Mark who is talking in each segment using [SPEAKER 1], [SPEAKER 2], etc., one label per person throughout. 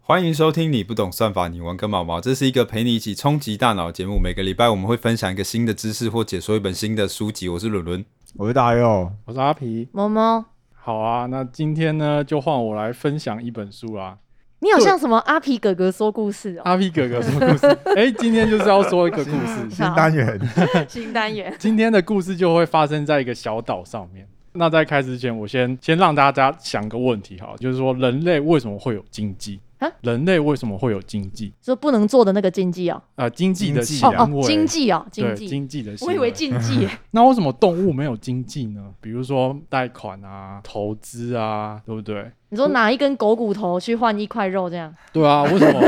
[SPEAKER 1] 欢迎收听《你不懂算法，你玩个毛毛》。这是一个陪你一起冲击大脑的节目。每个礼拜我们会分享一个新的知识或解说一本新的书籍。我是伦伦，
[SPEAKER 2] 我是大佑，
[SPEAKER 3] 我是阿皮。
[SPEAKER 4] 萌萌，
[SPEAKER 3] 好啊，那今天呢，就换我来分享一本书啦。
[SPEAKER 4] 你好像什么阿皮哥哥说故事 哦，
[SPEAKER 3] 阿皮哥哥说故事，哎、今天就是要说一个故事。
[SPEAKER 2] 新单元
[SPEAKER 4] 新单元。
[SPEAKER 3] 今天的故事就会发生在一个小岛上面。那在开始之前，我先先让大家想个问题哈，就是说人类为什么会有经济
[SPEAKER 4] 啊？
[SPEAKER 3] 人类为什么会有经济？
[SPEAKER 4] 说不能做的那个禁忌哦，
[SPEAKER 3] 啊、经济的
[SPEAKER 2] 经济
[SPEAKER 3] 行
[SPEAKER 4] 哦
[SPEAKER 2] 啊
[SPEAKER 3] 为，
[SPEAKER 4] 哦，经济哦，经
[SPEAKER 3] 对
[SPEAKER 4] 济，
[SPEAKER 3] 经济的行
[SPEAKER 4] 我
[SPEAKER 3] 为。
[SPEAKER 4] 以为禁忌，
[SPEAKER 3] 那为什么动物没有经济呢？比如说贷款啊、投资啊，对不 对？
[SPEAKER 4] 你说拿一根狗骨头去换一块肉这样，
[SPEAKER 3] 对啊，为什么？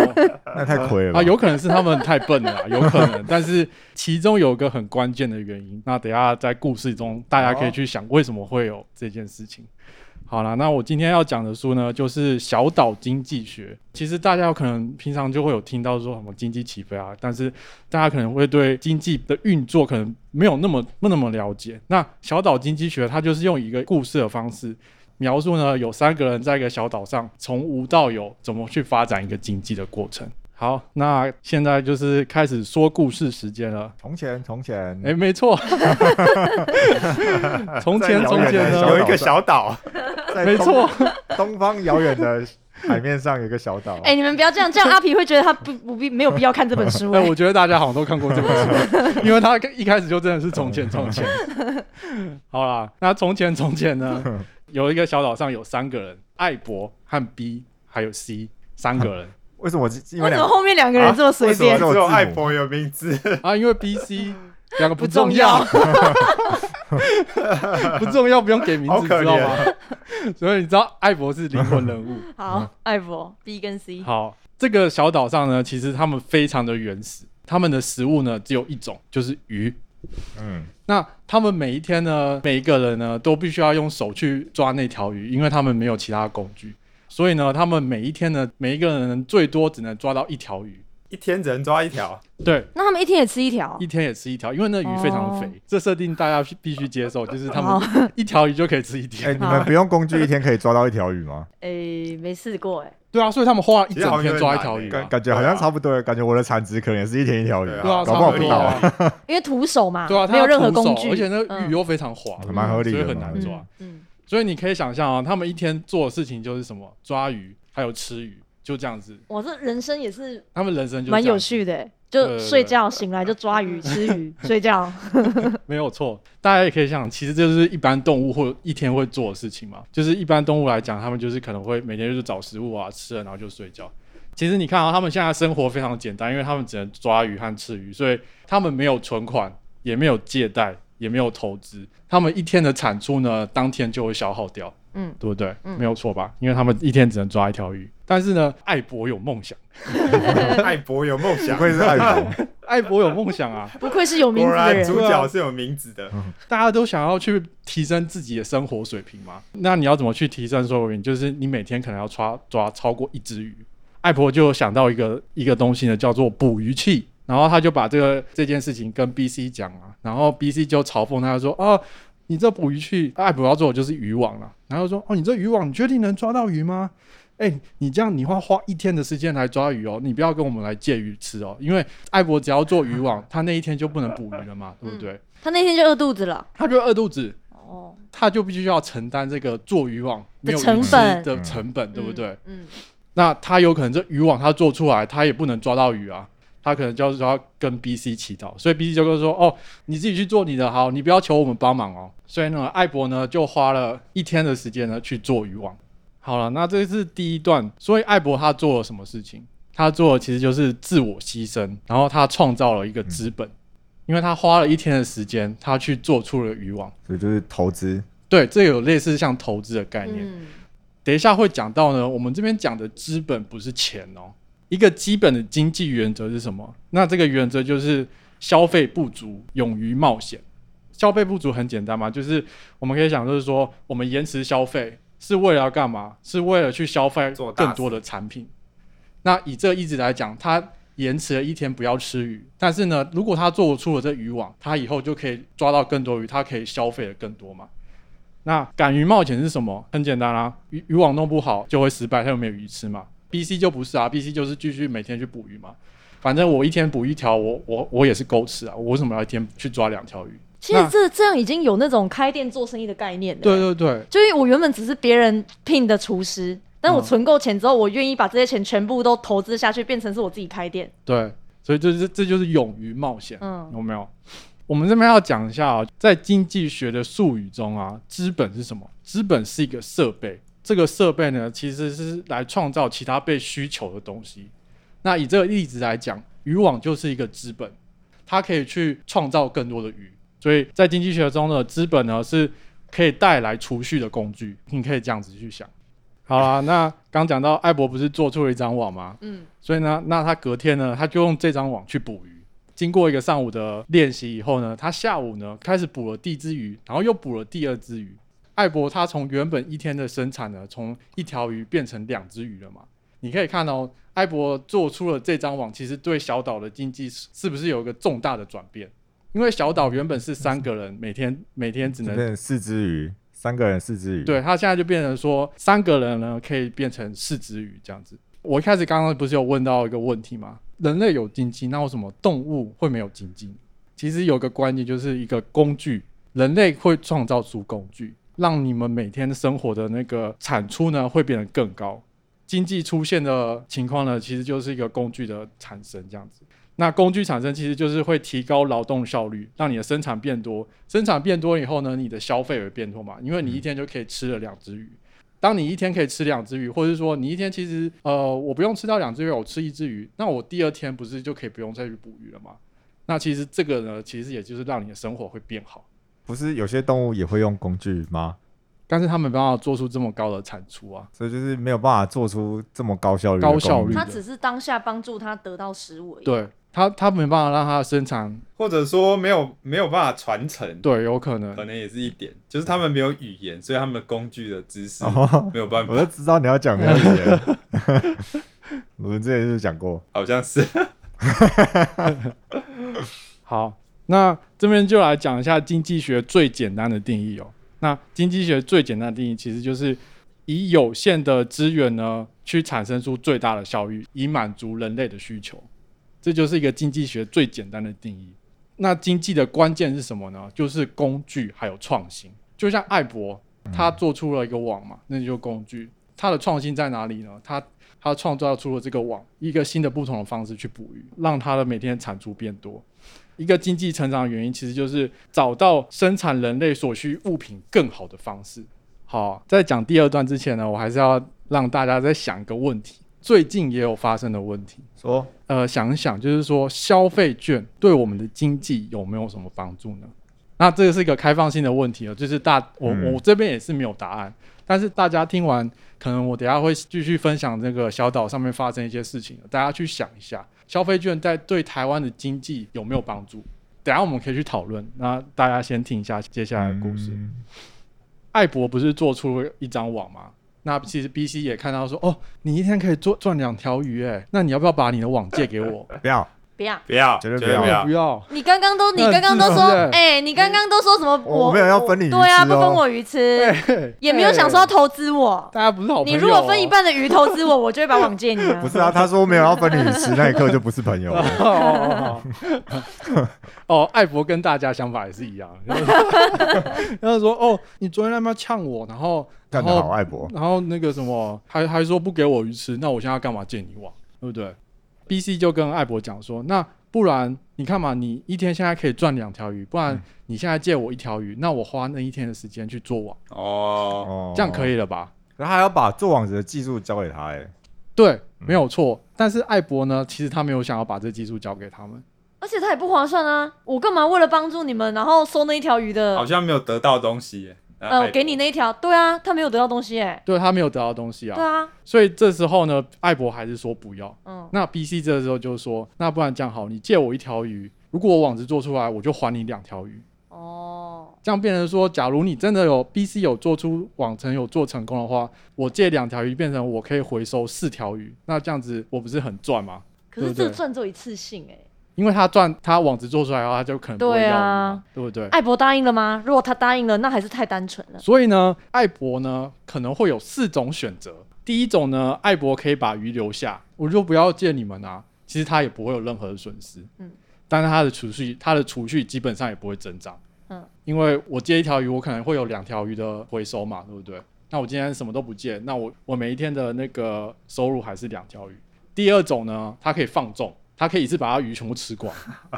[SPEAKER 2] 那太亏了吧
[SPEAKER 3] 啊，有可能是他们太笨了啊，有可能，但是其中有一个很关键的原因，那等一下在故事中大家可以去想为什么会有这件事情。好啦，那我今天要讲的书呢，就是《小岛经济学》。其实大家有可能平常就会有听到说什么经济起飞啊，但是大家可能会对经济的运作可能没有那么不那么了解。那《小岛经济学》它就是用一个故事的方式，描述呢，有三个人在一个小岛上从无到有，怎么去发展一个经济的过程。好，那现在就是开始说故事时间了。
[SPEAKER 2] 从前，从前，
[SPEAKER 3] 哎，没错，从前
[SPEAKER 2] 在遥
[SPEAKER 3] 从
[SPEAKER 2] 远的
[SPEAKER 3] 前
[SPEAKER 2] 小岛
[SPEAKER 3] 呢，
[SPEAKER 2] 有一个小
[SPEAKER 1] 岛，
[SPEAKER 2] 在
[SPEAKER 3] 没
[SPEAKER 2] 东
[SPEAKER 3] 错，
[SPEAKER 2] 东方遥远的海面上有一个小岛。
[SPEAKER 4] 哎，你们不要这样，这样阿皮会觉得他不不必没有必要看这本 书。
[SPEAKER 3] 哎，
[SPEAKER 4] 哎
[SPEAKER 3] 我觉得大家好像都看过这本书，因为他一开始就真的是从前 从前。好啦，那从前从前呢，有一个小岛上有三个人，艾博和 B 还有 C 三个人。
[SPEAKER 2] 为什么只因
[SPEAKER 4] 为什么
[SPEAKER 2] 两
[SPEAKER 4] 后面两个人这么随便
[SPEAKER 2] 为什？么只有艾博
[SPEAKER 1] 有名字，
[SPEAKER 3] 啊，因为 B、C 两个不
[SPEAKER 4] 不重
[SPEAKER 3] 重要， 不重要，不用给名
[SPEAKER 2] 好
[SPEAKER 3] 字，
[SPEAKER 2] 可
[SPEAKER 3] 知道
[SPEAKER 2] 怜
[SPEAKER 3] 吗？所以你知道艾博是灵魂人物。
[SPEAKER 4] 好，艾博 B 跟 C，
[SPEAKER 3] 好，这个小岛上呢，其实他们非常的原始，他们的食物呢只有一种，就是鱼。
[SPEAKER 2] 嗯，
[SPEAKER 3] 那他们每一天呢，每一个人呢都必须要用手去抓那条鱼，因为他们没有其他工具，所以呢，他们每一天呢，每一个人最多只能抓到一条鱼。
[SPEAKER 1] 一天只能抓一条。
[SPEAKER 3] 对，
[SPEAKER 4] 那他们一天也吃一条
[SPEAKER 3] 一，天也吃一条，因为那鱼非常肥。
[SPEAKER 4] 哦
[SPEAKER 3] 这设定大家必须接
[SPEAKER 1] 哦
[SPEAKER 3] 受，就是他们一条鱼就可以吃一天。
[SPEAKER 2] 哎，你们不用工具一天可以抓到一条鱼吗？
[SPEAKER 4] 哎，没试过哎，
[SPEAKER 3] 对啊，所以他们花了一
[SPEAKER 1] 其实好
[SPEAKER 3] 整
[SPEAKER 1] 像有点
[SPEAKER 3] 天抓一
[SPEAKER 1] 难
[SPEAKER 3] 条
[SPEAKER 1] 欸
[SPEAKER 3] 鱼、
[SPEAKER 2] 感
[SPEAKER 3] 啊。
[SPEAKER 2] 感觉好像差不多了，感觉我的产值可能也是一天一条鱼
[SPEAKER 1] 对，
[SPEAKER 3] 对啊，
[SPEAKER 2] 搞
[SPEAKER 3] 差
[SPEAKER 2] 不好
[SPEAKER 3] 不
[SPEAKER 2] 不
[SPEAKER 3] 多
[SPEAKER 2] 到，
[SPEAKER 3] 啊。
[SPEAKER 4] 因为徒手嘛
[SPEAKER 3] 对啊，，它
[SPEAKER 4] 没有
[SPEAKER 3] 要
[SPEAKER 4] 任何
[SPEAKER 3] 徒手
[SPEAKER 4] 工具，
[SPEAKER 3] 而且那个
[SPEAKER 4] 嗯
[SPEAKER 3] 鱼又非常滑，
[SPEAKER 2] 蛮合理
[SPEAKER 3] 所以
[SPEAKER 2] 的，
[SPEAKER 3] 很难抓。
[SPEAKER 4] 嗯，
[SPEAKER 3] 所以你可以想象啊，他们一天做的事情就是什么？抓鱼，还有吃鱼，就这样子。
[SPEAKER 4] 我这人生也是
[SPEAKER 3] 他们人生就
[SPEAKER 4] 蛮有
[SPEAKER 3] 的，
[SPEAKER 4] 趣的欸，
[SPEAKER 3] 对
[SPEAKER 4] 就
[SPEAKER 3] 对
[SPEAKER 4] 睡
[SPEAKER 3] 对
[SPEAKER 4] 觉醒来就抓鱼 吃鱼睡觉，
[SPEAKER 3] 没有错。大家也可以想，其实这就是一般动物会一天会做的事情嘛。就是一般动物来讲，他们就是可能会每天就是找食物啊，吃了然后就睡觉。其实你看啊，他们现在生活非常简单，因为他们只能抓鱼和吃鱼，所以他们没有存款，也没有借贷，也没有投资。他们一天的产出呢，当天就会消耗掉。
[SPEAKER 4] 嗯，
[SPEAKER 3] 对不对？
[SPEAKER 4] 嗯
[SPEAKER 3] 没有错吧？因为他们一天只能抓一条鱼。但是呢，艾博有梦想，
[SPEAKER 1] 艾博有梦
[SPEAKER 2] 不
[SPEAKER 1] 想，
[SPEAKER 2] 愧是艾博，
[SPEAKER 3] 艾博有梦想啊，
[SPEAKER 4] 不愧是有名
[SPEAKER 1] 果
[SPEAKER 4] 字的
[SPEAKER 1] 然
[SPEAKER 4] 人。
[SPEAKER 1] 主角是有名字的。
[SPEAKER 2] 嗯
[SPEAKER 3] 大家都想要去提升自己的生活水平嘛。那你要怎么去提升生活水平？就是你每天可能要抓抓超过一只鱼。艾博就想到一个一个东西呢，叫做捕鱼器。然后他就把这个这件事情跟 B C 讲啊，然后 B C 就嘲讽他说：“哦，你这捕鱼器，啊艾博要做的就是渔网了、然后说：“哦，你这渔网，你确定能抓到鱼吗？”哎，你这样你要花一天的时间来抓鱼哦，你不要跟我们来借鱼吃哦，因为艾博只要做渔网，他那一天就不能捕鱼了嘛，对不对？
[SPEAKER 4] 他那天就饿肚子了。
[SPEAKER 3] 他就饿肚子，
[SPEAKER 4] 哦，
[SPEAKER 3] 他就必须要承担这个做渔网没
[SPEAKER 4] 的
[SPEAKER 3] 有鱼
[SPEAKER 4] 成
[SPEAKER 3] 吃
[SPEAKER 4] 本
[SPEAKER 3] 的成本，对不对？
[SPEAKER 4] 嗯？嗯，
[SPEAKER 3] 那他有可能这渔网他做出来，他也不能抓到鱼啊，他可能就是要跟 B C 祈祷，所以 B C 就跟他说：“哦，你自己去做你的，好，你不要求我们帮忙哦。”所以呢，艾博呢就花了一天的时间呢去做渔网。好了，那这是第一段，所以艾博他做了什么事情？他做的其实就是自我牺牲，然后他创造了一个资本，因为他花了一天的时间，他去做出了渔网。
[SPEAKER 2] 所以就是投资，
[SPEAKER 3] 对，这有类似像投资的概念。
[SPEAKER 4] 嗯，
[SPEAKER 3] 等一下会讲到呢，我们这边讲的资本不是钱哦，一个基本的经济原则是什么？那这个原则就是消费不足，勇于冒险。消费不足很简单嘛，就是我们可以想，就是说我们延迟消费是为了要干嘛？是为了去消费
[SPEAKER 1] 做大事
[SPEAKER 3] 更多的产品。那以这一直来讲，他延迟了一天不要吃鱼，但是呢，如果他做出了这渔网，他以后就可以抓到更多鱼，他可以消费的更多嘛。啊那敢于冒险是什么？很简单啦、渔渔网弄不好就会失败，它又没有鱼吃嘛。 B C 就不是啊，B C 就是继续每天去捕鱼嘛。反正我一天捕一条，我我我也是够吃啊，我为什么要一天去抓两条鱼？
[SPEAKER 4] 其实
[SPEAKER 3] 那
[SPEAKER 4] 这这样已经有那种开店做生意的概念了。
[SPEAKER 3] 对，对对，
[SPEAKER 4] 就是我原本只是别人聘的厨师，但我
[SPEAKER 3] 嗯
[SPEAKER 4] 存够钱之后，我愿意把这些钱全部都投资下去，变成是我自己开店。
[SPEAKER 3] 对，所以就是这就是勇于冒险，啊
[SPEAKER 4] 嗯
[SPEAKER 3] 有没有？我们这边要讲一下啊、在经济学的术语中啊，资本是什么？资本是一个设备，这个设备呢，其实是来创造其他被需求的东西。那以这个例子来讲，渔网就是一个资本，它可以去创造更多的鱼。所以在经济学中的资本呢，是可以带来储蓄的工具。你可以这样子去想。好啦，那刚讲到艾伯不是做出了一张网吗？
[SPEAKER 4] 嗯，
[SPEAKER 3] 所以呢，那他隔天呢，他就用这张网去捕鱼。经过一个上午的练习以后呢，他下午呢开始捕了第一只鱼，然后又捕了第二只鱼。艾伯他从原本一天的生产呢，从一条鱼变成两只鱼了嘛。你可以看哦，艾伯做出了这张网，其实对小岛的经济是是不是有一个重大的转变？因为小岛原本是三个人每天每天只
[SPEAKER 2] 变
[SPEAKER 3] 能
[SPEAKER 2] 成四只鱼，三个人四只鱼，
[SPEAKER 3] 对，他现在就变成说，三个人呢可以变成四只鱼这样子。我一开始刚刚不是有问到一个问题吗？人类有经济，那为什么动物会没有经济？其实有个观念，就是一个工具，人类会创造出工具，让你们每天生活的那个产出呢会变得更高。经济出现的情况呢，其实就是一个工具的产生这样子。那工具产生其实就是会提高劳动效率，让你的生产变多。生产变多以后呢，你的消费也会变多嘛，因为你一天就可以吃了两只鱼。当你一天可以吃两只鱼，或者是说你一天其实呃我不用吃到两只鱼，我吃一只鱼，那我第二天不是就可以不用再去捕鱼了吗？那其实这个呢，其实也就是让你的生活会变好，
[SPEAKER 2] 不是有些动物也会用工具吗？
[SPEAKER 3] 但是他们没办法做出这么高的产出啊。
[SPEAKER 2] 所以就是没有办法做出这么高效率的
[SPEAKER 3] 高效
[SPEAKER 2] 工
[SPEAKER 3] 率
[SPEAKER 4] 他只是当下帮助他得到食物而已。，
[SPEAKER 3] 对他，他没办法让他的生产，
[SPEAKER 1] 或者说没有没有办法传承，
[SPEAKER 3] 对，有可能
[SPEAKER 1] 可能也是一点，就是他们没有语言，所以他们工具的知识
[SPEAKER 2] 具。哦，
[SPEAKER 1] 没有办
[SPEAKER 2] 我就
[SPEAKER 1] 法，
[SPEAKER 2] 知道你要讲没有语 言。我们之前就讲过，
[SPEAKER 1] 好像是
[SPEAKER 3] 好，那这边就来讲一下经济学最简单的定义哦。那经济学最简单的定义其实就是以有限的资源呢，去产生出最大的效益，以满足人类的需求。这就是一个经济学最简单的定义。那经济的关键是什么呢？就是工具还有创新。就像艾博，他做出了一个网嘛，那就是工具。他的创新在哪里呢？他他创造出了这个网，一个新的不同的方式去捕鱼，让他的每天的产出变多。一个经济成长的原因，其实就是找到生产人类所需物品更好的方式。好，在讲第二段之前呢，我还是要让大家再想一个问题，最近也有发生的问题。
[SPEAKER 2] 说
[SPEAKER 3] 呃，想一想，就是说消费券对我们的经济有没有什么帮助呢？那这个是一个开放性的问题哦，就是大我、
[SPEAKER 2] 嗯
[SPEAKER 3] 我这边也是没有答案，但是大家听完，可能我等一下会继续分享这个小岛上面发生一些事情，大家去想一下，消费券在对台湾的经济有没有帮助？等一下我们可以去讨论。那大家先听一下接下来的故事。
[SPEAKER 2] 嗯
[SPEAKER 3] 艾博不是做出了一张网吗？那其实 B C 也看到说，哦，你一天可以做赚两条鱼，哎，那你要不要把你的网借给我？
[SPEAKER 2] 不要，
[SPEAKER 4] 不要。
[SPEAKER 1] 不要，
[SPEAKER 2] 绝对
[SPEAKER 1] 绝
[SPEAKER 2] 啊不
[SPEAKER 1] 对
[SPEAKER 2] 要
[SPEAKER 1] 不要
[SPEAKER 3] 不。要，
[SPEAKER 4] 你刚刚都，你
[SPEAKER 3] 那
[SPEAKER 4] 刚刚都
[SPEAKER 3] 自私
[SPEAKER 4] 说
[SPEAKER 3] 欸，
[SPEAKER 4] 哎、你刚刚都说什么？
[SPEAKER 2] 我
[SPEAKER 4] 我
[SPEAKER 2] 我没有要分你鱼
[SPEAKER 4] 对啊，
[SPEAKER 2] 吃
[SPEAKER 4] 不分
[SPEAKER 2] 哦
[SPEAKER 4] 我鱼吃，
[SPEAKER 3] 对，
[SPEAKER 4] 嗯也没有想说要投资我。
[SPEAKER 3] 大家不是好朋
[SPEAKER 4] 你
[SPEAKER 3] 友哦
[SPEAKER 4] 如果分一，半的鱼投资我，我就会把网借你 啊。
[SPEAKER 2] 不是 啊，他说没有要分你鱼吃，那一刻就不是朋友了。
[SPEAKER 3] 哦哦哦哦，哦艾博跟大家想法也是一样， 就是他就说哦，你昨天那边呛我，然后
[SPEAKER 2] 干
[SPEAKER 3] 然
[SPEAKER 2] 得好，啊
[SPEAKER 3] 后
[SPEAKER 2] 艾博，
[SPEAKER 3] 然后那个什么，还还说不给我鱼吃，那我现在要干嘛借你网，对不对？B C 就跟艾博讲说，那不然你看嘛，你一天现在可以赚两条鱼，不
[SPEAKER 2] 嗯
[SPEAKER 3] 然你现在借我一条鱼，那我花那一天的时间去做网，
[SPEAKER 1] 哦，
[SPEAKER 2] 哦
[SPEAKER 3] 这样可以了吧？
[SPEAKER 2] 可他还要把做网子的技术交给他、欸，
[SPEAKER 3] 对，没有错。但是艾博呢，其实他没有想要把这技术交给他们。
[SPEAKER 4] 而且它也不划算啊！我干嘛为了帮助你们，然后收那一条鱼
[SPEAKER 1] 好啊
[SPEAKER 4] 的？
[SPEAKER 1] 像没有得到东西耶。哎
[SPEAKER 4] 呃，给你那一条，对啊，他没有得到东西哎、
[SPEAKER 3] 对他没有得到东西
[SPEAKER 4] 对
[SPEAKER 3] 啊，
[SPEAKER 4] 啊，
[SPEAKER 3] 所以这时候呢，艾博还是说不要。
[SPEAKER 4] 嗯，
[SPEAKER 3] 那 B C 这时候就说，那不然这样好，你借我一条鱼，如果我网子做出来，我就还你两条鱼。
[SPEAKER 4] 哦，
[SPEAKER 3] 这样变成说，假如你真的有 B C 有做出网成有做成功的话，我借两条鱼变成我可以回收四条鱼，那这样子我不是很赚吗？
[SPEAKER 4] 可是
[SPEAKER 3] 对
[SPEAKER 4] 这
[SPEAKER 3] 不对
[SPEAKER 4] 赚只有一次性哎、
[SPEAKER 3] 因为他赚他网子做出来的话，他就可能不会
[SPEAKER 4] 对
[SPEAKER 3] 要鱼
[SPEAKER 4] 啊
[SPEAKER 3] 嘛，对不对？
[SPEAKER 4] 艾博答应了吗？如果他答应了，那还是太单纯了。
[SPEAKER 3] 所以呢，艾博呢可能会有四种选择。第一种呢，艾博可以把鱼留下，我就不要见你们啊，其实他也不会有任何的损失。
[SPEAKER 4] 嗯
[SPEAKER 3] 嗯，但是他的储蓄，他的储蓄基本上也不会增长。
[SPEAKER 4] 嗯
[SPEAKER 3] 嗯，因为我借一条鱼，我可能会有两条鱼的回收嘛，对不对？那我今天什么都不借，那我我每一天的那个收入还是两条鱼。第二种呢，它可以放纵，它可以一次把它鱼全部吃光，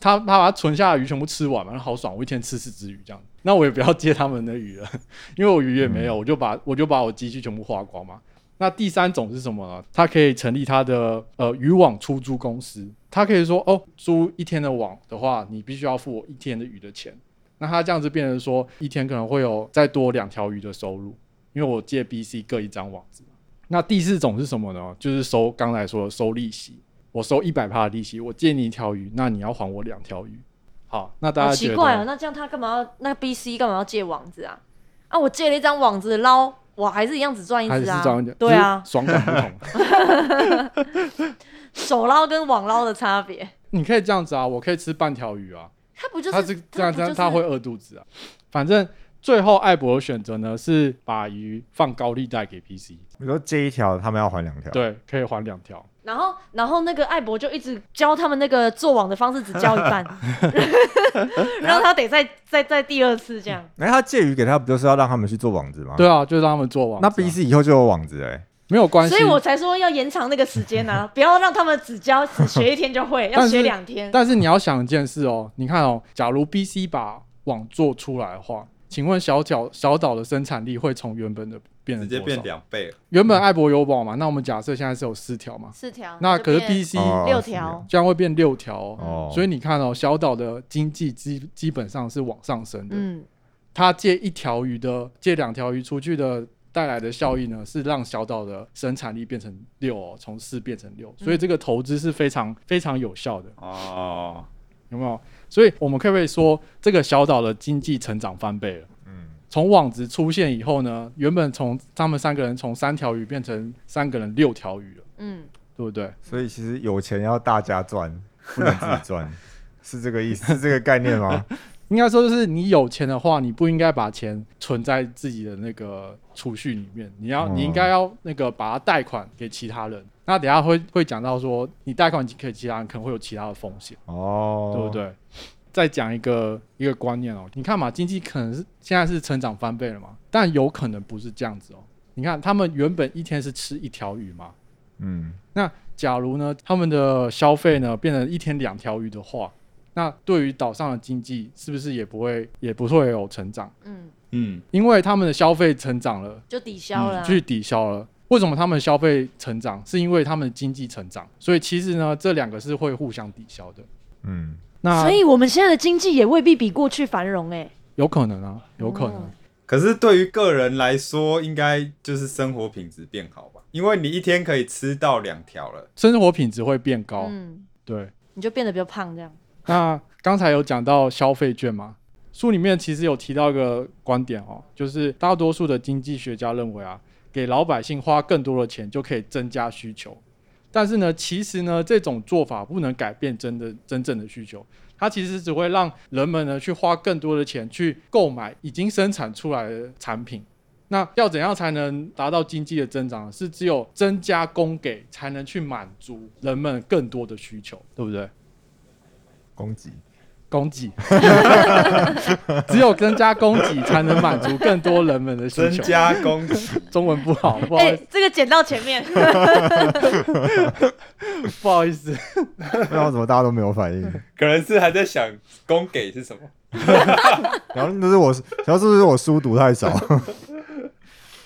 [SPEAKER 3] 它它把它存下的鱼全部吃完嘛，那好爽，我一天吃四只鱼这样。那我也不要借他们的鱼了，因为我鱼也没
[SPEAKER 4] 嗯
[SPEAKER 3] 有，我就把我就把我积蓄全部花光嘛。那第三种是什么呢？它可以成立它的呃渔网出租公司，它可以说哦，租一天的网的话，你必须要付我一天的鱼的钱。那它这样子变成说，一天可能会有再多两条鱼的收入，因为我借 B、C 各一张网子嘛。那第四种是什么呢？就是收刚才说的收利息，我收一百趴的利息，我借你一条鱼，那你要还我两条鱼。好，那大
[SPEAKER 4] 好
[SPEAKER 3] 家觉
[SPEAKER 4] 奇
[SPEAKER 3] 得
[SPEAKER 4] 怪啊，那这样他干嘛要？那 B C 干嘛要借网子啊？啊，我借了一张网子捞，我还是一样只赚一
[SPEAKER 3] 还是
[SPEAKER 4] 只啊。
[SPEAKER 3] 这一点，
[SPEAKER 4] 对啊
[SPEAKER 3] 只，是爽感不同。
[SPEAKER 4] 手捞跟网捞的差别，
[SPEAKER 3] 你可以这样子啊，我可以吃半条鱼啊，
[SPEAKER 4] 他不就是
[SPEAKER 3] 他是这样
[SPEAKER 4] 不
[SPEAKER 3] 这
[SPEAKER 4] 就
[SPEAKER 3] 样，
[SPEAKER 4] 是
[SPEAKER 3] 他会饿肚子啊。反正最后艾博的选择呢是把鱼放高利贷给 PC，
[SPEAKER 2] 你说借一条，他们要还两条，
[SPEAKER 3] 对，可以还两条。
[SPEAKER 4] 然后，然后那个艾博就一直教他们那个做网的方式，只教一 半，然后他得再再再第二次这样。
[SPEAKER 2] 哎，他借鱼给他，不就是要让他们去做网子吗？
[SPEAKER 3] 对啊，就让他们做网子
[SPEAKER 2] 那
[SPEAKER 3] 啊。
[SPEAKER 2] B C 以后就有网子哎，
[SPEAKER 3] 没有关系，
[SPEAKER 4] 所以我才说要延长那个时间 啊，不要让他们只教只学一天就会，要
[SPEAKER 3] 但是
[SPEAKER 4] 学两天。
[SPEAKER 3] 但是你要想一件事哦，你看哦，假如 BC 把网做出来的话，请问小角小岛的生产力会从原本的变
[SPEAKER 1] 直
[SPEAKER 3] 成
[SPEAKER 1] 接
[SPEAKER 3] 多少
[SPEAKER 1] 变？两倍了。
[SPEAKER 3] 原本艾博有网嘛，那我们假设现在是有四条嘛，
[SPEAKER 4] 四条，
[SPEAKER 3] 那
[SPEAKER 4] 就
[SPEAKER 3] 可是
[SPEAKER 4] 变
[SPEAKER 3] BC
[SPEAKER 1] 啊
[SPEAKER 2] 哦
[SPEAKER 4] 六条，
[SPEAKER 3] 这样会变六条哦。
[SPEAKER 2] 哦，
[SPEAKER 3] 所以你看哦，小岛的经济基基本上是往上升的。
[SPEAKER 4] 嗯，
[SPEAKER 3] 它借一条鱼的借两条鱼出去的带来的效益呢，是让小岛的生产力变成六、哦，从四变成六，所以这个投资是非常非常有效的，
[SPEAKER 1] 哦，
[SPEAKER 3] 有没有？所以我们可不可以说，这个小岛的经济成长翻倍了？
[SPEAKER 2] 嗯，
[SPEAKER 3] 从网子出现以后呢，原本从他们三个人从三条鱼变成三个人六条鱼了，
[SPEAKER 4] 嗯，
[SPEAKER 3] 对不对？
[SPEAKER 2] 所以其实有钱要大家赚，不能自己 赚，是这个意思，是这个概念吗？
[SPEAKER 3] 应该说就是你有钱的话，你不应该把钱存在自己的那个储蓄里面，你要、
[SPEAKER 2] 嗯
[SPEAKER 3] 你应该要那个把它贷款给其他人。那等一下会会讲到说，你贷款给其他人可能会有其他的风险，
[SPEAKER 2] 哦，
[SPEAKER 3] 对不？对？再讲一个一个观念哦，你看嘛，经济可能是现在是成长翻倍了嘛，但有可能不是这样子哦。你看他们原本一天是吃一条鱼嘛，
[SPEAKER 2] 嗯，
[SPEAKER 3] 假如呢，他们的消费呢变成一天两条鱼的话，那对于岛上的经济是不是也不会也不会有成长？
[SPEAKER 4] 嗯，
[SPEAKER 1] 嗯，
[SPEAKER 3] 因为他们的消费成长了，
[SPEAKER 4] 就抵消了啊。
[SPEAKER 3] 嗯去抵消了。为什么他们的消费成长？是因为他们的经济成长，所以其实呢，这两个是会互相抵消的。
[SPEAKER 2] 嗯，
[SPEAKER 3] 那
[SPEAKER 4] 所以我们现在的经济也未必比过去繁荣哎。
[SPEAKER 3] 有可能啊，有可能。
[SPEAKER 4] 哦
[SPEAKER 1] 可是对于个人来说，应该就是生活品质变好吧？因为你一天可以吃到两条了。
[SPEAKER 3] 生活品质会变高。
[SPEAKER 4] 嗯，
[SPEAKER 3] 对，
[SPEAKER 4] 你就变得比较胖这样。
[SPEAKER 3] 那刚才有讲到消费券嘛，书里面其实有提到一个观点哦，就是大多数的经济学家认为啊，给老百姓花更多的钱就可以增加需求。但是呢，其实呢，这种做法不能改变真的真正的需求，它其实只会让人们呢去花更多的钱去购买已经生产出来的产品。那要怎样才能达到经济的增长呢？是只有增加供给，才能去满足人们更多的需求，对不对？
[SPEAKER 2] 供给，
[SPEAKER 3] 供给， 只有增加供给才能满足更多人们的需
[SPEAKER 1] 增
[SPEAKER 3] 求。
[SPEAKER 1] 加供给，
[SPEAKER 3] 中文不好，不好
[SPEAKER 4] 哎、
[SPEAKER 3] 意思，
[SPEAKER 4] 这个剪到前面，
[SPEAKER 1] 哎
[SPEAKER 3] 不好意思，
[SPEAKER 2] 不知道怎么大家都没有反应。
[SPEAKER 1] 可能是还在想供给是什么。
[SPEAKER 2] 然后就是我，然后是不是我书读太少？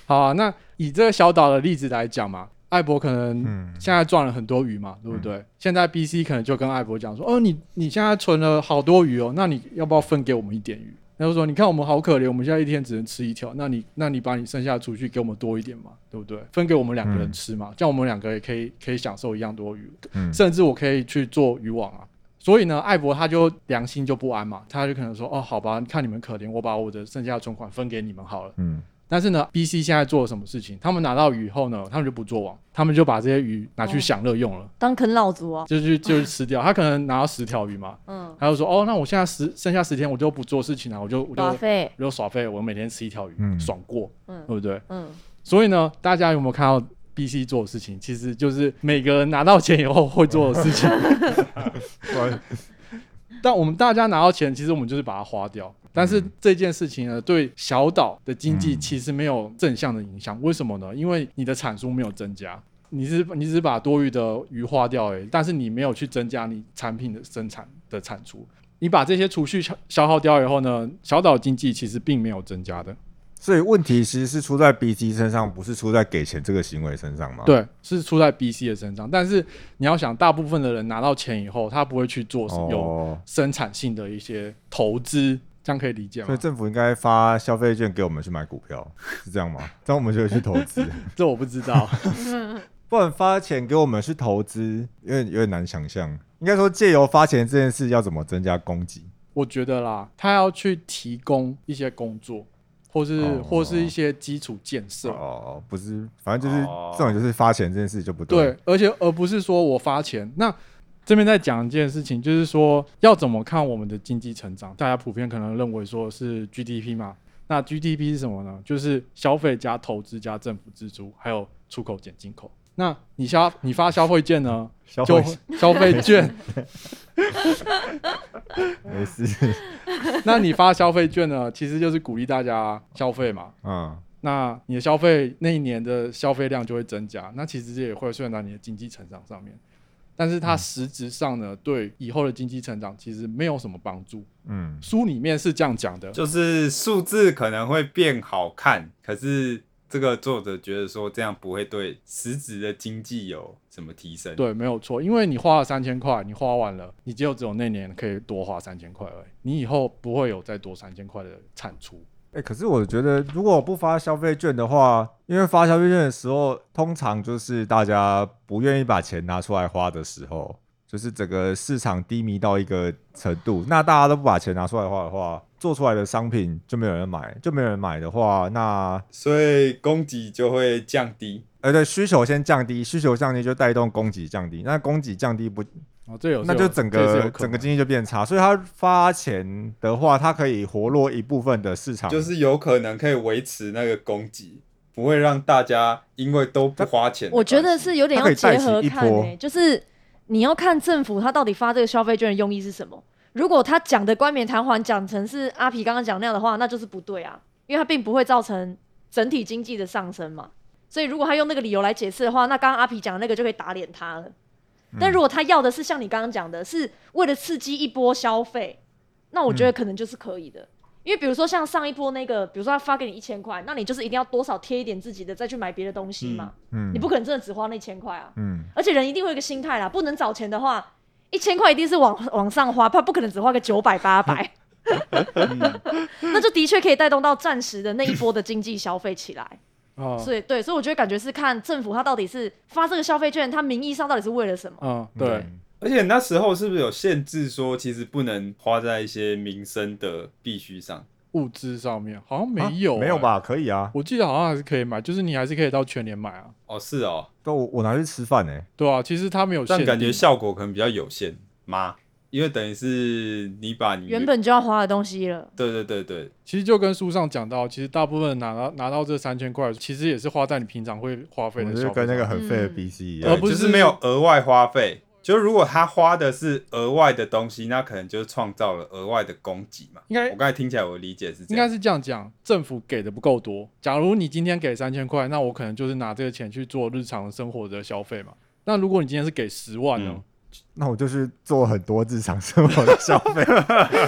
[SPEAKER 3] 好啊、那以这个小岛的例子来讲嘛，艾博可能
[SPEAKER 2] 嗯
[SPEAKER 3] 现在赚了很多鱼嘛，对不对？现在 B C 可能就跟艾博讲说，哦，你你现在存了好多鱼哦，那你要不要分给我们一点鱼？他就说，你看我们好可怜，我们现在一天只能吃一条，那你那你把你剩下的储蓄给我们多一点嘛，对不对？分给我们两个人
[SPEAKER 2] 嗯
[SPEAKER 3] 吃嘛，这样我们两个也可以可以享受一样多鱼，
[SPEAKER 2] 嗯
[SPEAKER 3] 甚至我可以去做渔网啊。所以呢，艾博他就良心就不安嘛，他就可能说，哦，好吧，看你们可怜，我把我的剩下的存款分给你们好了。
[SPEAKER 2] 嗯，
[SPEAKER 3] 但是呢，B C 现在做了什么事情？他们拿到鱼后呢，他们就不做网，他们就把这些鱼拿
[SPEAKER 4] 哦
[SPEAKER 3] 去享乐用了，
[SPEAKER 4] 当啃老族啊。
[SPEAKER 3] 就是就是吃掉。他可能拿到十条鱼嘛，
[SPEAKER 4] 嗯，
[SPEAKER 3] 他就说：“哦，那我现在十剩下十天，我就不做事情了，我就我就
[SPEAKER 4] 耍废。
[SPEAKER 3] 我就耍废，我每天吃一条鱼，
[SPEAKER 2] 嗯
[SPEAKER 3] 爽过，
[SPEAKER 4] 嗯
[SPEAKER 3] 对不对
[SPEAKER 4] 嗯，？”
[SPEAKER 3] 所以呢，大家有没有看到 B C 做的事情？其实就是每个人拿到钱以后会做的事情。
[SPEAKER 2] 我
[SPEAKER 3] 但我们大家拿到钱，其实我们就是把它花掉。但是
[SPEAKER 2] 嗯
[SPEAKER 3] 这件事情呢，对小岛的经济其实没有正向的影响。为什么呢？因为你的产出没有增加，你是你只是把多余的鱼花掉而已，但是你没有去增加你产品的生产的产出。你把这些储蓄消消耗掉以后呢，小岛经济其实并没有增加的。
[SPEAKER 2] 所以问题其实是出在 B G 身上，不是出在给钱这个行为身上嘛？，
[SPEAKER 3] 对，是出在 B C 的身上。但是你要想，大部分的人拿到钱以后，他不会去做有
[SPEAKER 2] 哦，
[SPEAKER 3] 生产性的一些投资，这样可以理解吗
[SPEAKER 2] 所以？政府应该发消费券给我们去买股票，是这样吗？这样我们就会去投 资，
[SPEAKER 3] 这我不知道。
[SPEAKER 2] 不然发钱给我们去投资，有点有点难想象。应该说借由发钱这件事要怎么增加供给？
[SPEAKER 3] 我觉得啦，他要去提供一些工作，或是、
[SPEAKER 2] 哦
[SPEAKER 3] 或是一些基础建设。
[SPEAKER 2] 哦，不是，反正就是、
[SPEAKER 1] 哦
[SPEAKER 2] 这种就是发钱这件事就不
[SPEAKER 3] 对，而且而不是说我发钱。那这边在讲一件事情，就是说要怎么看我们的经济成长？大家普遍可能认为说是 GDP 嘛。那 GDP 是什么呢？就是消费加投资加政府支出，还有出口减进口。那你消你发消费券呢？
[SPEAKER 2] 消
[SPEAKER 3] 就
[SPEAKER 2] 费
[SPEAKER 3] 消 费券，
[SPEAKER 2] 没 事，
[SPEAKER 3] 那你发消费券呢？其实就是鼓励大家消费嘛。
[SPEAKER 2] 嗯，
[SPEAKER 3] 那你的消费那一年的消费量就会增加，那其实这也会算到你的经济成长上面，但是
[SPEAKER 2] 嗯
[SPEAKER 3] 它实质上呢，对以后的经济成长其实没有什么帮助。
[SPEAKER 2] 嗯，
[SPEAKER 3] 书里面是这样讲的，
[SPEAKER 1] 就是数字可能会变好看，可是这个作者觉得说这样不会对实质的经济有什么提升。，
[SPEAKER 3] 对，没有错，因为你花了三千块，你花完了，你就只有那年可以多花三千块而已，你以后不会有再多三千块的产出。
[SPEAKER 2] 哎、可是我觉得如果我不发消费券的话，因为发消费券的时候，通常就是大家不愿意把钱拿出来花的时候，就是整个市场低迷到一个程度，那大家都不把钱拿出来花的话，做出来的商品就没有人买，就没有人买的话，那
[SPEAKER 1] 所以供给就会降低。
[SPEAKER 2] 呃对，需求先降低，需求降低就带动供给降低，那供给降低不
[SPEAKER 3] 哦，这有
[SPEAKER 2] 那就整个整个经济就变差，所以它发钱的话，它可以活络一部分的市场，
[SPEAKER 1] 就是有可能可以维持那个供给，不会让大家因为都不花钱的
[SPEAKER 4] 我
[SPEAKER 1] 关系。
[SPEAKER 4] 觉得是有点要结
[SPEAKER 2] 它
[SPEAKER 4] 合
[SPEAKER 2] 可
[SPEAKER 4] 看
[SPEAKER 2] 以带起一
[SPEAKER 4] 诶、
[SPEAKER 2] 波
[SPEAKER 4] 就是你要看政府他到底发这个消费券的用意是什么。如果他讲的冠冕堂皇讲成是阿皮刚刚讲那样的话，那就是不对啊，因为它并不会造成整体经济的上升嘛。所以如果他用那个理由来解释的话，那刚刚阿皮讲的那个就可以打脸他了。
[SPEAKER 2] 嗯
[SPEAKER 4] 但如果他要的是像你刚刚讲的，是为了刺激一波消费，那我觉
[SPEAKER 2] 嗯
[SPEAKER 4] 得可能就是可以的。因为比如说像上一波那个，比如说他发给你一千块，那你就是一定要多少贴一点自己的，再去买别的东西嘛。
[SPEAKER 2] 嗯
[SPEAKER 4] 你不可能真的只花那千块啊。
[SPEAKER 2] 嗯。
[SPEAKER 4] 而且人一定会有一个心态啦，不能找钱的话，一千块一定是往往上花，他不可能只花个九百八 百。
[SPEAKER 3] 嗯
[SPEAKER 4] 那就的确可以带动到暂时的那一波的经济消费起来，
[SPEAKER 3] 啊
[SPEAKER 4] 所以对，所以我觉得感觉是看政府它到底是发这个消费券，它名义上到底是为了什么？
[SPEAKER 3] 嗯，对，
[SPEAKER 1] 而且那时候是不是有限制说，其实不能花在一些民生的必须上？
[SPEAKER 3] 物资上面好像没
[SPEAKER 2] 啊
[SPEAKER 3] 有、欸
[SPEAKER 2] 没有？吧？可以啊，
[SPEAKER 3] 我记得好像还是可以买，就是你还是可以到全年买啊，
[SPEAKER 1] 哦，是哦，
[SPEAKER 2] 都我我拿去吃饭呢、欸
[SPEAKER 3] 对啊，其实它没有限
[SPEAKER 1] 但
[SPEAKER 3] 定，
[SPEAKER 1] 感觉效果可能比较有限吗？因为等于是你把你的
[SPEAKER 4] 原本就要花的东西 了，
[SPEAKER 1] 对对对对，
[SPEAKER 3] 其实就跟书上讲到，其实大部分拿到拿到这三千块，其实也是花在你平常会花
[SPEAKER 2] 我
[SPEAKER 3] 费的
[SPEAKER 2] 们
[SPEAKER 3] 消
[SPEAKER 2] 就
[SPEAKER 3] 费
[SPEAKER 2] 跟那个
[SPEAKER 3] 上
[SPEAKER 2] 很废的
[SPEAKER 4] 嗯
[SPEAKER 2] BC 一
[SPEAKER 1] 对
[SPEAKER 2] 样
[SPEAKER 3] 而，不
[SPEAKER 1] 就是是没有额外花费。就如果他花的是额外的东西，那可能就是创造了额外的供给嘛。
[SPEAKER 3] 应
[SPEAKER 4] 哎
[SPEAKER 3] 该
[SPEAKER 1] 我刚才听起来我的理解是这
[SPEAKER 3] 应该
[SPEAKER 1] 样，
[SPEAKER 3] 是这样讲，政府给的不够多。假如你今天给三千块，那我可能就是拿这个钱去做日常生活的消费嘛。那如果你今天是给十万呢？
[SPEAKER 1] 嗯
[SPEAKER 2] 那我就是做很多日常生活的消 费，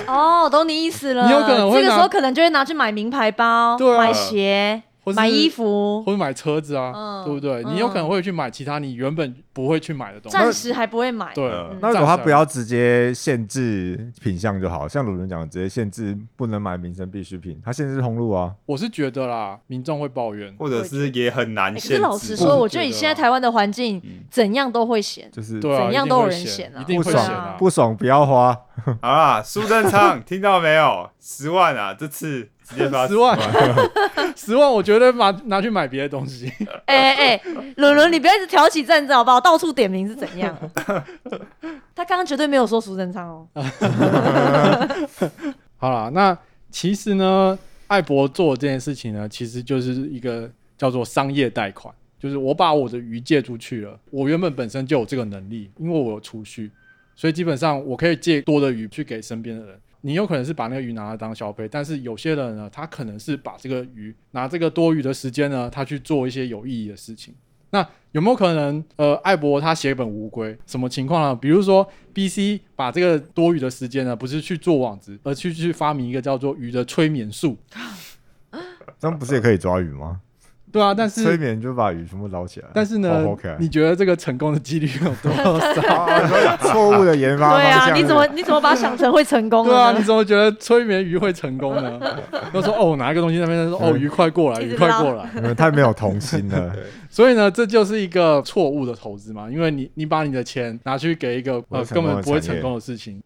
[SPEAKER 4] 哦，懂你意思了。
[SPEAKER 3] 你有可能会
[SPEAKER 4] 这个
[SPEAKER 3] 拿
[SPEAKER 4] 时候可能就会拿去买名牌包、
[SPEAKER 3] 对啊
[SPEAKER 4] 买鞋、
[SPEAKER 3] 或是
[SPEAKER 4] 买衣服，
[SPEAKER 3] 或者买车子啊，
[SPEAKER 4] 嗯
[SPEAKER 3] 对不对？
[SPEAKER 4] 嗯
[SPEAKER 3] 你有可能会去买其他你原本不会去买的东西。
[SPEAKER 4] 暂时还不会买。
[SPEAKER 3] 对
[SPEAKER 1] 嗯，
[SPEAKER 2] 那如果他不
[SPEAKER 3] 暂时
[SPEAKER 2] 要直接限制品相就好，像鲁伦讲的，直接限制不能买民生必需品，他限制通路啊，
[SPEAKER 3] 我是觉得啦，民众会抱怨。
[SPEAKER 1] 或者是也很难
[SPEAKER 4] 欸可
[SPEAKER 1] 限
[SPEAKER 4] 是
[SPEAKER 1] 制。
[SPEAKER 4] 老实说，我觉得以
[SPEAKER 3] 我觉得啊
[SPEAKER 4] 现在台湾的环境
[SPEAKER 1] 嗯，
[SPEAKER 4] 怎样都会嫌。
[SPEAKER 2] 就是
[SPEAKER 3] 对啊，
[SPEAKER 4] 怎样
[SPEAKER 3] 一定
[SPEAKER 4] 都
[SPEAKER 3] 会
[SPEAKER 4] 有人
[SPEAKER 3] 嫌
[SPEAKER 4] 嫌啊
[SPEAKER 3] 一定
[SPEAKER 2] 不
[SPEAKER 3] 会
[SPEAKER 2] 爽
[SPEAKER 3] 嫌啊。
[SPEAKER 2] 不爽不要花，
[SPEAKER 1] 好啊啦，苏正昌，听到没有？十万啊，这次直接发
[SPEAKER 3] 十万， 十万，我绝对把拿去买别的东西。
[SPEAKER 4] 哎哎，哎，伦伦，你不要一直挑起战争好不好？到处点名是怎样？他刚刚绝对没有说苏贞昌哦。
[SPEAKER 3] 好啦，那其实呢，艾博做这件事情呢，其实就是一个叫做商业贷款，就是我把我的鱼借出去了，我原本本身就有这个能力，因为我有储蓄，所以基本上我可以借多的鱼去给身边的人。你有可能是把那个鱼拿来当消费，但是有些人呢，他可能是把这个鱼拿这个多余的时间呢，他去做一些有意义的事情。那有没有可能，呃，艾博他写本无归，什么情况呢？比如说，B C 把这个多余的时间呢，不是去做网子，而去去发明一个叫做鱼的催眠术，
[SPEAKER 2] 这样不是也可以抓鱼吗？
[SPEAKER 3] 对啊，但
[SPEAKER 2] 催
[SPEAKER 3] 是
[SPEAKER 2] 眠就把鱼全部捞起来。哦
[SPEAKER 3] 但是呢，
[SPEAKER 2] OK，
[SPEAKER 3] 你觉得这个成功的几率有多少？
[SPEAKER 2] 错误的研发
[SPEAKER 4] 对
[SPEAKER 2] 方
[SPEAKER 4] 啊，
[SPEAKER 2] 向
[SPEAKER 4] 你怎 么你怎么把它想成会成功
[SPEAKER 3] 对啊，
[SPEAKER 4] 了
[SPEAKER 3] 你
[SPEAKER 4] 呢？
[SPEAKER 3] 怎么觉得催眠鱼会成功呢？ 他说哦，拿一个东西在那边说哦，鱼快过来，
[SPEAKER 4] 一直
[SPEAKER 3] 鱼快
[SPEAKER 4] 捞
[SPEAKER 3] 过来。
[SPEAKER 2] 你们嗯太没有童心 了。
[SPEAKER 3] 所以呢，这就是一个错误的投资嘛，因为你你把你的钱拿去给一个
[SPEAKER 2] 不
[SPEAKER 3] 呃
[SPEAKER 2] 会成
[SPEAKER 3] 根
[SPEAKER 2] 功的
[SPEAKER 3] 本不会
[SPEAKER 2] 产业
[SPEAKER 3] 成功的事情。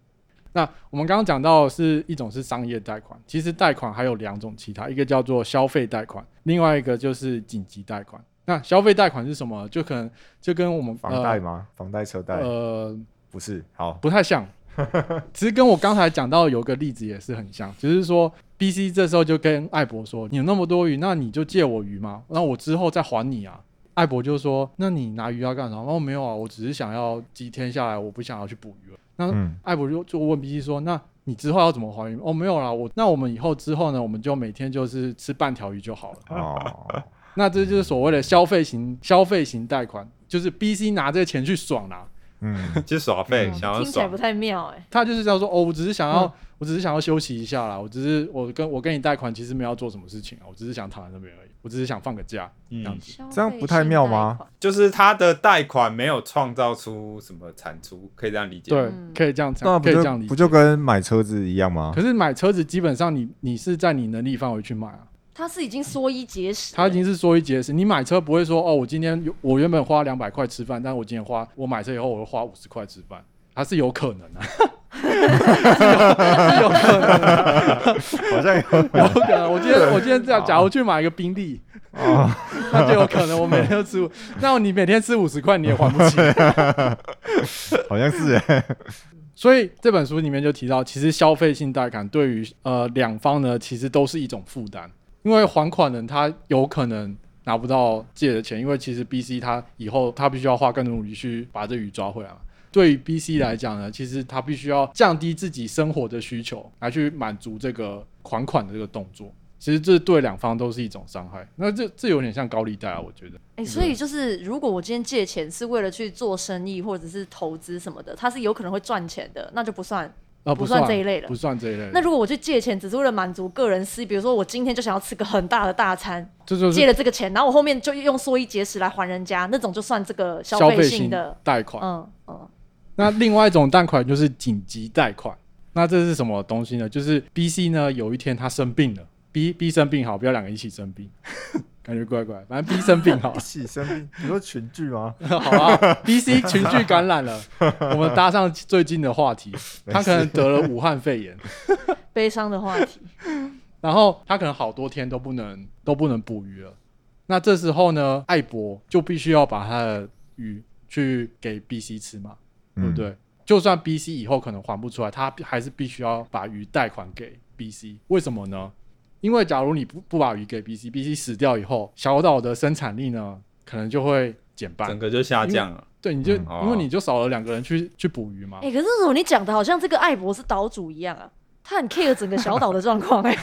[SPEAKER 3] 那我们刚刚讲到的是一种是商业贷款，其实贷款还有两种其他，一个叫做消费贷款，另外一个就是紧急贷款。那消费贷款是什么？就可能就跟我们
[SPEAKER 2] 房贷吗？房贷、车
[SPEAKER 3] 呃
[SPEAKER 2] 贷
[SPEAKER 3] 呃
[SPEAKER 2] 不是？好，
[SPEAKER 3] 不太像，其实跟我刚才讲到有个例子也是很像，只、是说 B C 这时候就跟艾博说：“你有那么多鱼，那你就借我鱼嘛，那我之后再还你啊。”艾博就说：“那你拿鱼要干啥？”哦，没有啊，我只是想要几天下来，我不想要去捕鱼了。那
[SPEAKER 2] 嗯，
[SPEAKER 3] 艾博就就问 B C 说：“那你之后要怎么还鱼？”哦，没有啦，我那我们以后之后呢，我们就每天就是吃半条鱼就好了。
[SPEAKER 2] 哦，
[SPEAKER 3] 那这就是所谓的消费型消费型贷款，就是 B C 拿这个钱去爽啦、
[SPEAKER 2] 嗯，
[SPEAKER 1] 就耍废，想要
[SPEAKER 4] 听起来
[SPEAKER 1] 爽
[SPEAKER 4] 不。太妙哎。
[SPEAKER 3] 他就是这样说哦，我只是想
[SPEAKER 2] 嗯
[SPEAKER 3] 要，我只是想要休息一下啦，我只是我跟我跟你贷款，其实没有要做什么事情啊，我只是想躺在那边而已，我只是想放个假。
[SPEAKER 1] 嗯，
[SPEAKER 2] 这样不太妙吗
[SPEAKER 1] 就是他的贷款没有创造出什么产出，可以这样理解。
[SPEAKER 3] 对，啊
[SPEAKER 4] 嗯
[SPEAKER 3] 可以这样
[SPEAKER 2] 那
[SPEAKER 3] 讲，
[SPEAKER 2] 不
[SPEAKER 3] 可以这样理
[SPEAKER 2] 就
[SPEAKER 3] 解。
[SPEAKER 2] 不就跟买车子一样吗
[SPEAKER 3] 可？是买车子基本上你你是在你能力范围去买啊，
[SPEAKER 4] 他是已经缩衣节食了，
[SPEAKER 3] 它已经是说一节食。你买车不会说哦，我今天有我原本花两百块吃饭，但我今天花我买车以后我会花五十块吃饭，它是有可能啊， 是有是有可能啊，
[SPEAKER 2] 好像
[SPEAKER 3] 有可能。我今天我今天这样，假如去买一个宾利，
[SPEAKER 2] 哦，
[SPEAKER 3] 那就有可能我每天都吃五， 那你每天吃五十块你也还不起。
[SPEAKER 2] 好像是欸
[SPEAKER 3] 所以这本书里面就提到，其实消费性贷款对于呃两方呢，其实都是一种负担，因为还款人他有可能拿不到借的钱，因为其实 B、C 他以后他必须要花更多努力去把这鱼抓回来嘛。对于 B、C 来讲呢，其实他必须要降低自己生活的需求，来去满足这个还款的这个动作。其实这对两方都是一种伤害。那这这有点像高利贷啊，我觉得。
[SPEAKER 4] 哎、所以就是，如果我今天借钱是为了去做生意或者是投资什么的，它是有可能会赚钱的，那就不算。
[SPEAKER 3] 啊，
[SPEAKER 4] 不
[SPEAKER 3] 算
[SPEAKER 4] 算这一类了
[SPEAKER 3] 不算这一类。
[SPEAKER 4] 那如果我去借钱只是为了满足个人私欲，比如说我今天就想要吃个很大的大餐，
[SPEAKER 3] 这就是
[SPEAKER 4] 借了这个钱，然后我后面就用缩衣节食来还人家，那种就算这个消
[SPEAKER 3] 消
[SPEAKER 4] 费
[SPEAKER 3] 费
[SPEAKER 4] 性
[SPEAKER 3] 型
[SPEAKER 4] 的。
[SPEAKER 3] 贷款。
[SPEAKER 4] 嗯嗯，
[SPEAKER 3] 那另外一种贷款就是紧急贷款，那这是什么东西呢？就是 B、C 呢有一天他生病了，B、B 生病好，不要两个一起生病， 感觉怪怪。反正 B 生病好
[SPEAKER 2] 一起生病，你说群聚吗？
[SPEAKER 3] 了，好啊。B、C 群聚感染了，我们搭上最近的话题，他可能得了武汉肺炎，
[SPEAKER 4] 悲伤的话题，
[SPEAKER 3] 然后他可能好多天都不能都不能捕鱼了。那这时候呢，艾博就必须要把他的鱼去给 B、C 吃嘛。对
[SPEAKER 2] 嗯
[SPEAKER 3] 不？对？就算 B C 以后可能还不出来，他还是必须要把鱼贷款给 B C。为什么呢？因为假如你不不把鱼给 B C，B C 死掉以后，小岛的生产力呢可能就会减半
[SPEAKER 1] 整。个就下降了。
[SPEAKER 3] 对，你就、
[SPEAKER 2] 嗯
[SPEAKER 1] 哦
[SPEAKER 3] 因为你就少了两个人去去捕鱼嘛
[SPEAKER 4] 哎、。可是为什么你讲的好像这个艾博是岛主一样啊？他很 care 整个小岛的状况 哎。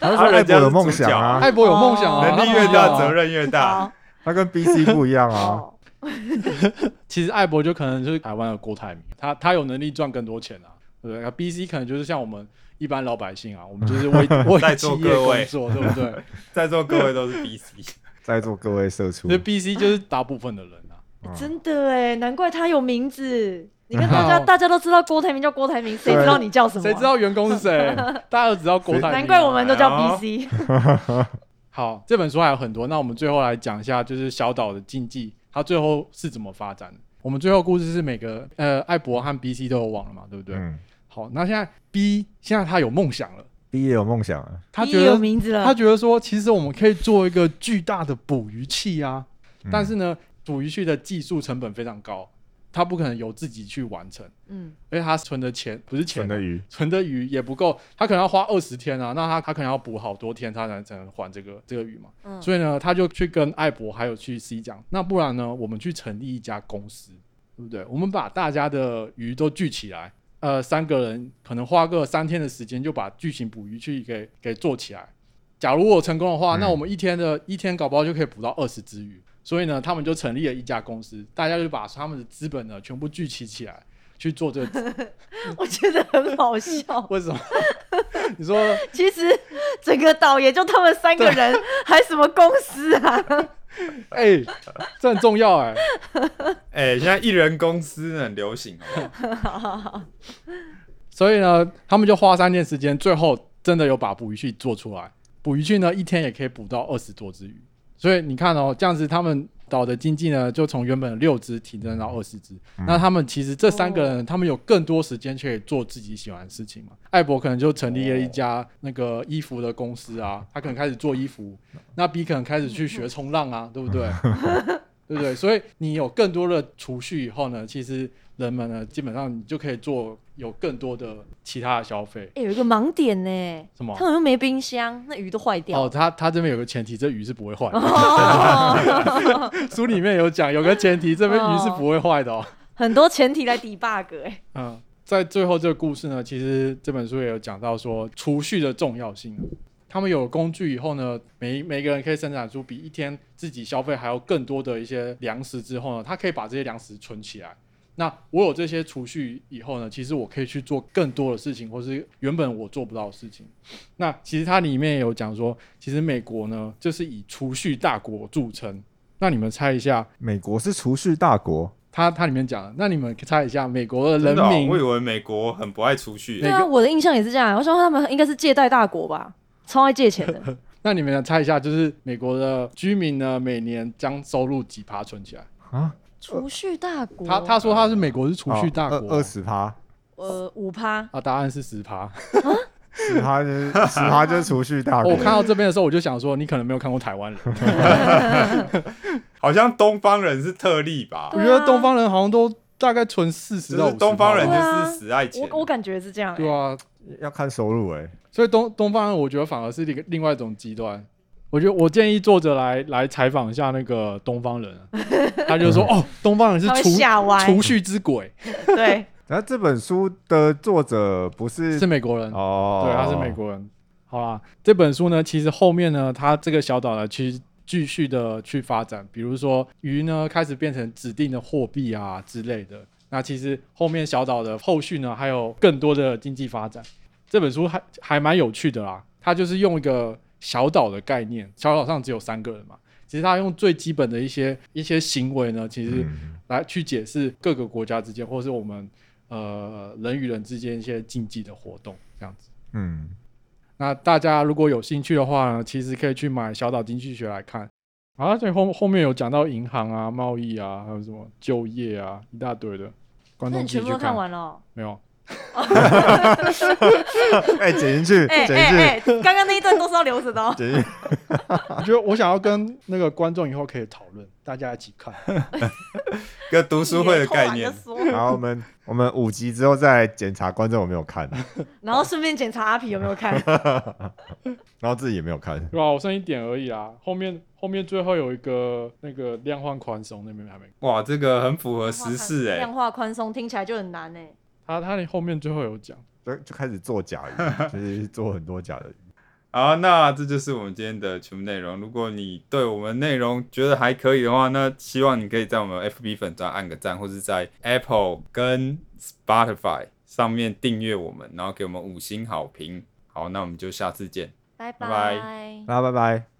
[SPEAKER 2] 他就说
[SPEAKER 1] 啊
[SPEAKER 2] 艾
[SPEAKER 1] 人家
[SPEAKER 2] 博
[SPEAKER 1] 是
[SPEAKER 2] 有梦想啊，
[SPEAKER 3] 艾博有梦想啊，
[SPEAKER 4] 哦
[SPEAKER 1] 能力
[SPEAKER 3] 他
[SPEAKER 1] 越
[SPEAKER 3] 不知道
[SPEAKER 1] 大，
[SPEAKER 3] 啊
[SPEAKER 1] 责。任越大。
[SPEAKER 4] 好，
[SPEAKER 2] 他跟 BC 不一样 啊。
[SPEAKER 4] 哦，
[SPEAKER 3] 其实艾博就可能就是台湾的郭台铭，他他有能力赚更多钱啊。对不对，B C 可能就是像我们一般老百姓啊，我们就 是为
[SPEAKER 1] 在
[SPEAKER 3] 为
[SPEAKER 1] 座
[SPEAKER 3] 企
[SPEAKER 1] 各
[SPEAKER 3] 业
[SPEAKER 1] 位
[SPEAKER 3] 工作，对不 对？
[SPEAKER 1] 在座各位都是 BC，
[SPEAKER 2] 在座各位社畜
[SPEAKER 3] 所以，B C 就是大部分的人啊。
[SPEAKER 2] 嗯
[SPEAKER 4] 真的哎，难怪他有名字。你 看大家，
[SPEAKER 3] 哦
[SPEAKER 4] 大家都知道郭台铭叫郭台铭，谁知道你叫什么啊？
[SPEAKER 3] 谁知道员工是 谁？大家都知道郭台铭啊。
[SPEAKER 4] 难怪我们都叫
[SPEAKER 1] 哎呦
[SPEAKER 4] BC。
[SPEAKER 3] 好。这本书还有很多，那我们最后来讲一下，就是小岛的经济，它最后是怎么发展的。我们最后故事是每个呃，艾博和 B、C 都有网了嘛，对不对？
[SPEAKER 2] 嗯
[SPEAKER 3] 好，那现在 B 现在他有梦想了，
[SPEAKER 2] ，B 也有梦想啊。
[SPEAKER 3] 他
[SPEAKER 4] B
[SPEAKER 3] 觉
[SPEAKER 4] 有
[SPEAKER 3] 得
[SPEAKER 4] 名字
[SPEAKER 3] 他
[SPEAKER 4] 了，
[SPEAKER 3] 觉得说，其实我们可以做一个巨大的捕鱼器啊，
[SPEAKER 2] 嗯
[SPEAKER 3] 但是呢，捕鱼器的技术成本非常高，他不可能由自己去完成，
[SPEAKER 4] 嗯，
[SPEAKER 3] 而且他存的钱不是钱
[SPEAKER 2] 存
[SPEAKER 3] 啊，
[SPEAKER 2] 的鱼，
[SPEAKER 3] 存的鱼也不够，他可能要花二十天啊，那他他可能要补好多天，他才能才能还这个这个鱼嘛。
[SPEAKER 4] 嗯
[SPEAKER 3] 所以呢，他就去跟艾博还有去 C 讲，那不然呢，我们去成立一家公司，对不对？我们把大家的鱼都聚起来，呃，三个人可能花个三天的时间就把巨型捕鱼器给给做起来。假如我成功的话，
[SPEAKER 2] 嗯
[SPEAKER 3] 那我们一天的一天搞不好就可以捕到二十只鱼。所以呢，他们就成立了一家公司，大家就把他们的资本呢全部聚集起来去做这个。。
[SPEAKER 4] 嗯我觉得很好笑
[SPEAKER 3] 为什么？ 你说
[SPEAKER 4] 其实整个岛也就他们三个人，还什么公司啊？
[SPEAKER 3] 哎、这很重要哎、
[SPEAKER 1] 哎、现在艺人公司很流行，好不好？
[SPEAKER 3] 所以呢，他们就花三天时间，最后真的有把捕鱼器做出来。捕鱼器呢，一天也可以捕到二十多只鱼。所以你看哦，这样子他们岛的经济呢，就从原本的六只提升到二十只。那他们其实这三个人，他们有更多时间可以做自己喜欢的事情嘛。艾博可能就成立了一家那个衣服的公司啊，他可能开始做衣服。那 B 可能开始去学冲浪啊，对不对？对不对？所以你有更多的储蓄以后呢，其实人们呢，基本上你就可以做有更多的其他的消费。
[SPEAKER 4] 哎、有一个盲点呢，
[SPEAKER 3] 什么
[SPEAKER 4] 他们又没冰箱，那鱼都坏掉
[SPEAKER 3] 哦，
[SPEAKER 4] 了。
[SPEAKER 3] 他他这边有个前提，这鱼是不会坏的。
[SPEAKER 4] 哦，
[SPEAKER 3] 书里面有讲，有个前提，这边鱼是不会坏的哦。
[SPEAKER 4] 很多前提来 debug 哎、
[SPEAKER 3] 嗯，在最后这个故事呢，其实这本书也有讲到说储蓄的重要性。他们有工具以后呢，每每个人可以生产出比一天自己消费还要更多的一些粮食之后呢，他可以把这些粮食存起来。那我有这些储蓄以后呢，其实我可以去做更多的事情，或是原本我做不到的事情。那其实它里面也有讲说，其实美国呢就是以储蓄大国著称。那你们猜一下，
[SPEAKER 2] 美国是储蓄大国，
[SPEAKER 3] 它它里面讲的，那你们猜一下美国的人
[SPEAKER 1] 真的哦
[SPEAKER 3] 民
[SPEAKER 1] 我以为美国很不爱储蓄
[SPEAKER 4] 对，啊，我的印象也是这样。我想说他们应该是借贷大国吧，超爱借钱的。
[SPEAKER 3] 那你们猜一下，就是美国的居民呢，每年将收入几趴存起来？
[SPEAKER 2] 啊，
[SPEAKER 4] 储蓄大国，
[SPEAKER 3] 他他
[SPEAKER 1] 啊
[SPEAKER 3] 说他是美国是储蓄大国，
[SPEAKER 2] 哦二十趴，
[SPEAKER 4] 呃五趴，
[SPEAKER 3] 啊，答案是十趴。
[SPEAKER 2] 十趴就是 十趴就是储蓄大国
[SPEAKER 3] 我看。到这边的时候，我就想说，你可能没有看过 台湾人，
[SPEAKER 1] 好像东方人是特例吧
[SPEAKER 3] 我
[SPEAKER 4] 对？
[SPEAKER 3] 觉得东方人好像都大概存四十
[SPEAKER 1] 就
[SPEAKER 3] 到
[SPEAKER 1] 是东方人
[SPEAKER 4] 对啊
[SPEAKER 1] 就是死爱钱，
[SPEAKER 4] 我我感觉是这样、欸。
[SPEAKER 3] 对啊，
[SPEAKER 2] 要看收入哎、
[SPEAKER 3] 所以东东方人，我觉得反而是另另外一种极端。我觉得我建议作者来来采访一下那个东方人，他就 说哦，东方人是
[SPEAKER 4] 哎他会
[SPEAKER 3] 储
[SPEAKER 4] 吓歪，
[SPEAKER 3] 储蓄之鬼，
[SPEAKER 4] 对，
[SPEAKER 2] 然后这本书的作者不是
[SPEAKER 3] 是美国人
[SPEAKER 2] 哦，
[SPEAKER 3] 对，他是美国人。好啦，这本书呢，其实后面呢，它这个小岛呢，其实继续的去发展，比如说鱼呢开始变成指定的货币啊之类的。那其实后面小岛的后续呢，还有更多的经济发展。这本书还还蛮有趣的啦，它就是用一个小岛的概念，小岛上只有三个人嘛，其实它用最基本的一些一些行为呢，其实
[SPEAKER 2] 嗯
[SPEAKER 3] 来去解释各个国家之间，或是我们呃人与人之间一些竞技的活动这样子。
[SPEAKER 2] 嗯，
[SPEAKER 3] 那大家如果有兴趣的话呢，其实可以去买《小岛经济学》来看。啊，对，后后面有讲到银行啊、贸易啊，还有什么就业啊，一大堆的。观
[SPEAKER 4] 那
[SPEAKER 3] 众
[SPEAKER 4] 你
[SPEAKER 3] 自己
[SPEAKER 4] 全
[SPEAKER 3] 去
[SPEAKER 4] 部都看完了 哦、
[SPEAKER 3] 没有？
[SPEAKER 2] 哎、剪进去，
[SPEAKER 4] 哎
[SPEAKER 2] 剪进去，。
[SPEAKER 4] 哎哎，刚刚那一段都是要留着的哦
[SPEAKER 2] 剪进去，
[SPEAKER 3] 我觉得我想要跟那个观众以后可以讨论，大家一起 看。
[SPEAKER 1] 跟读书会的概
[SPEAKER 4] 你也
[SPEAKER 1] 念
[SPEAKER 4] 偷。懒地说
[SPEAKER 2] 然后我们我们五集之后再来检查观众有没有看，
[SPEAKER 4] 然后顺便检查阿皮有没有 看。
[SPEAKER 2] 然后自己也没有看，
[SPEAKER 3] 对吧、啊我剩一点而已啦。后面后面最后有一个那个量化宽松那边还没，
[SPEAKER 1] 哇，这个很符合时事哎、
[SPEAKER 4] 量化宽松听起来就很难哎、
[SPEAKER 3] 他他后面最后有讲。
[SPEAKER 2] 就就开始做假鱼，就是做很多假的鱼。
[SPEAKER 1] 好，那这就是我们今天的全部内容。如果你对我们内容觉得还可以的话，那希望你可以在我们 FB 粉专按个赞，或是在 Apple 跟 Spotify 上面订阅我们，然后给我们五星好评。好，那我们就下次见。
[SPEAKER 4] 拜
[SPEAKER 1] 拜
[SPEAKER 4] 拜。
[SPEAKER 2] 那拜拜。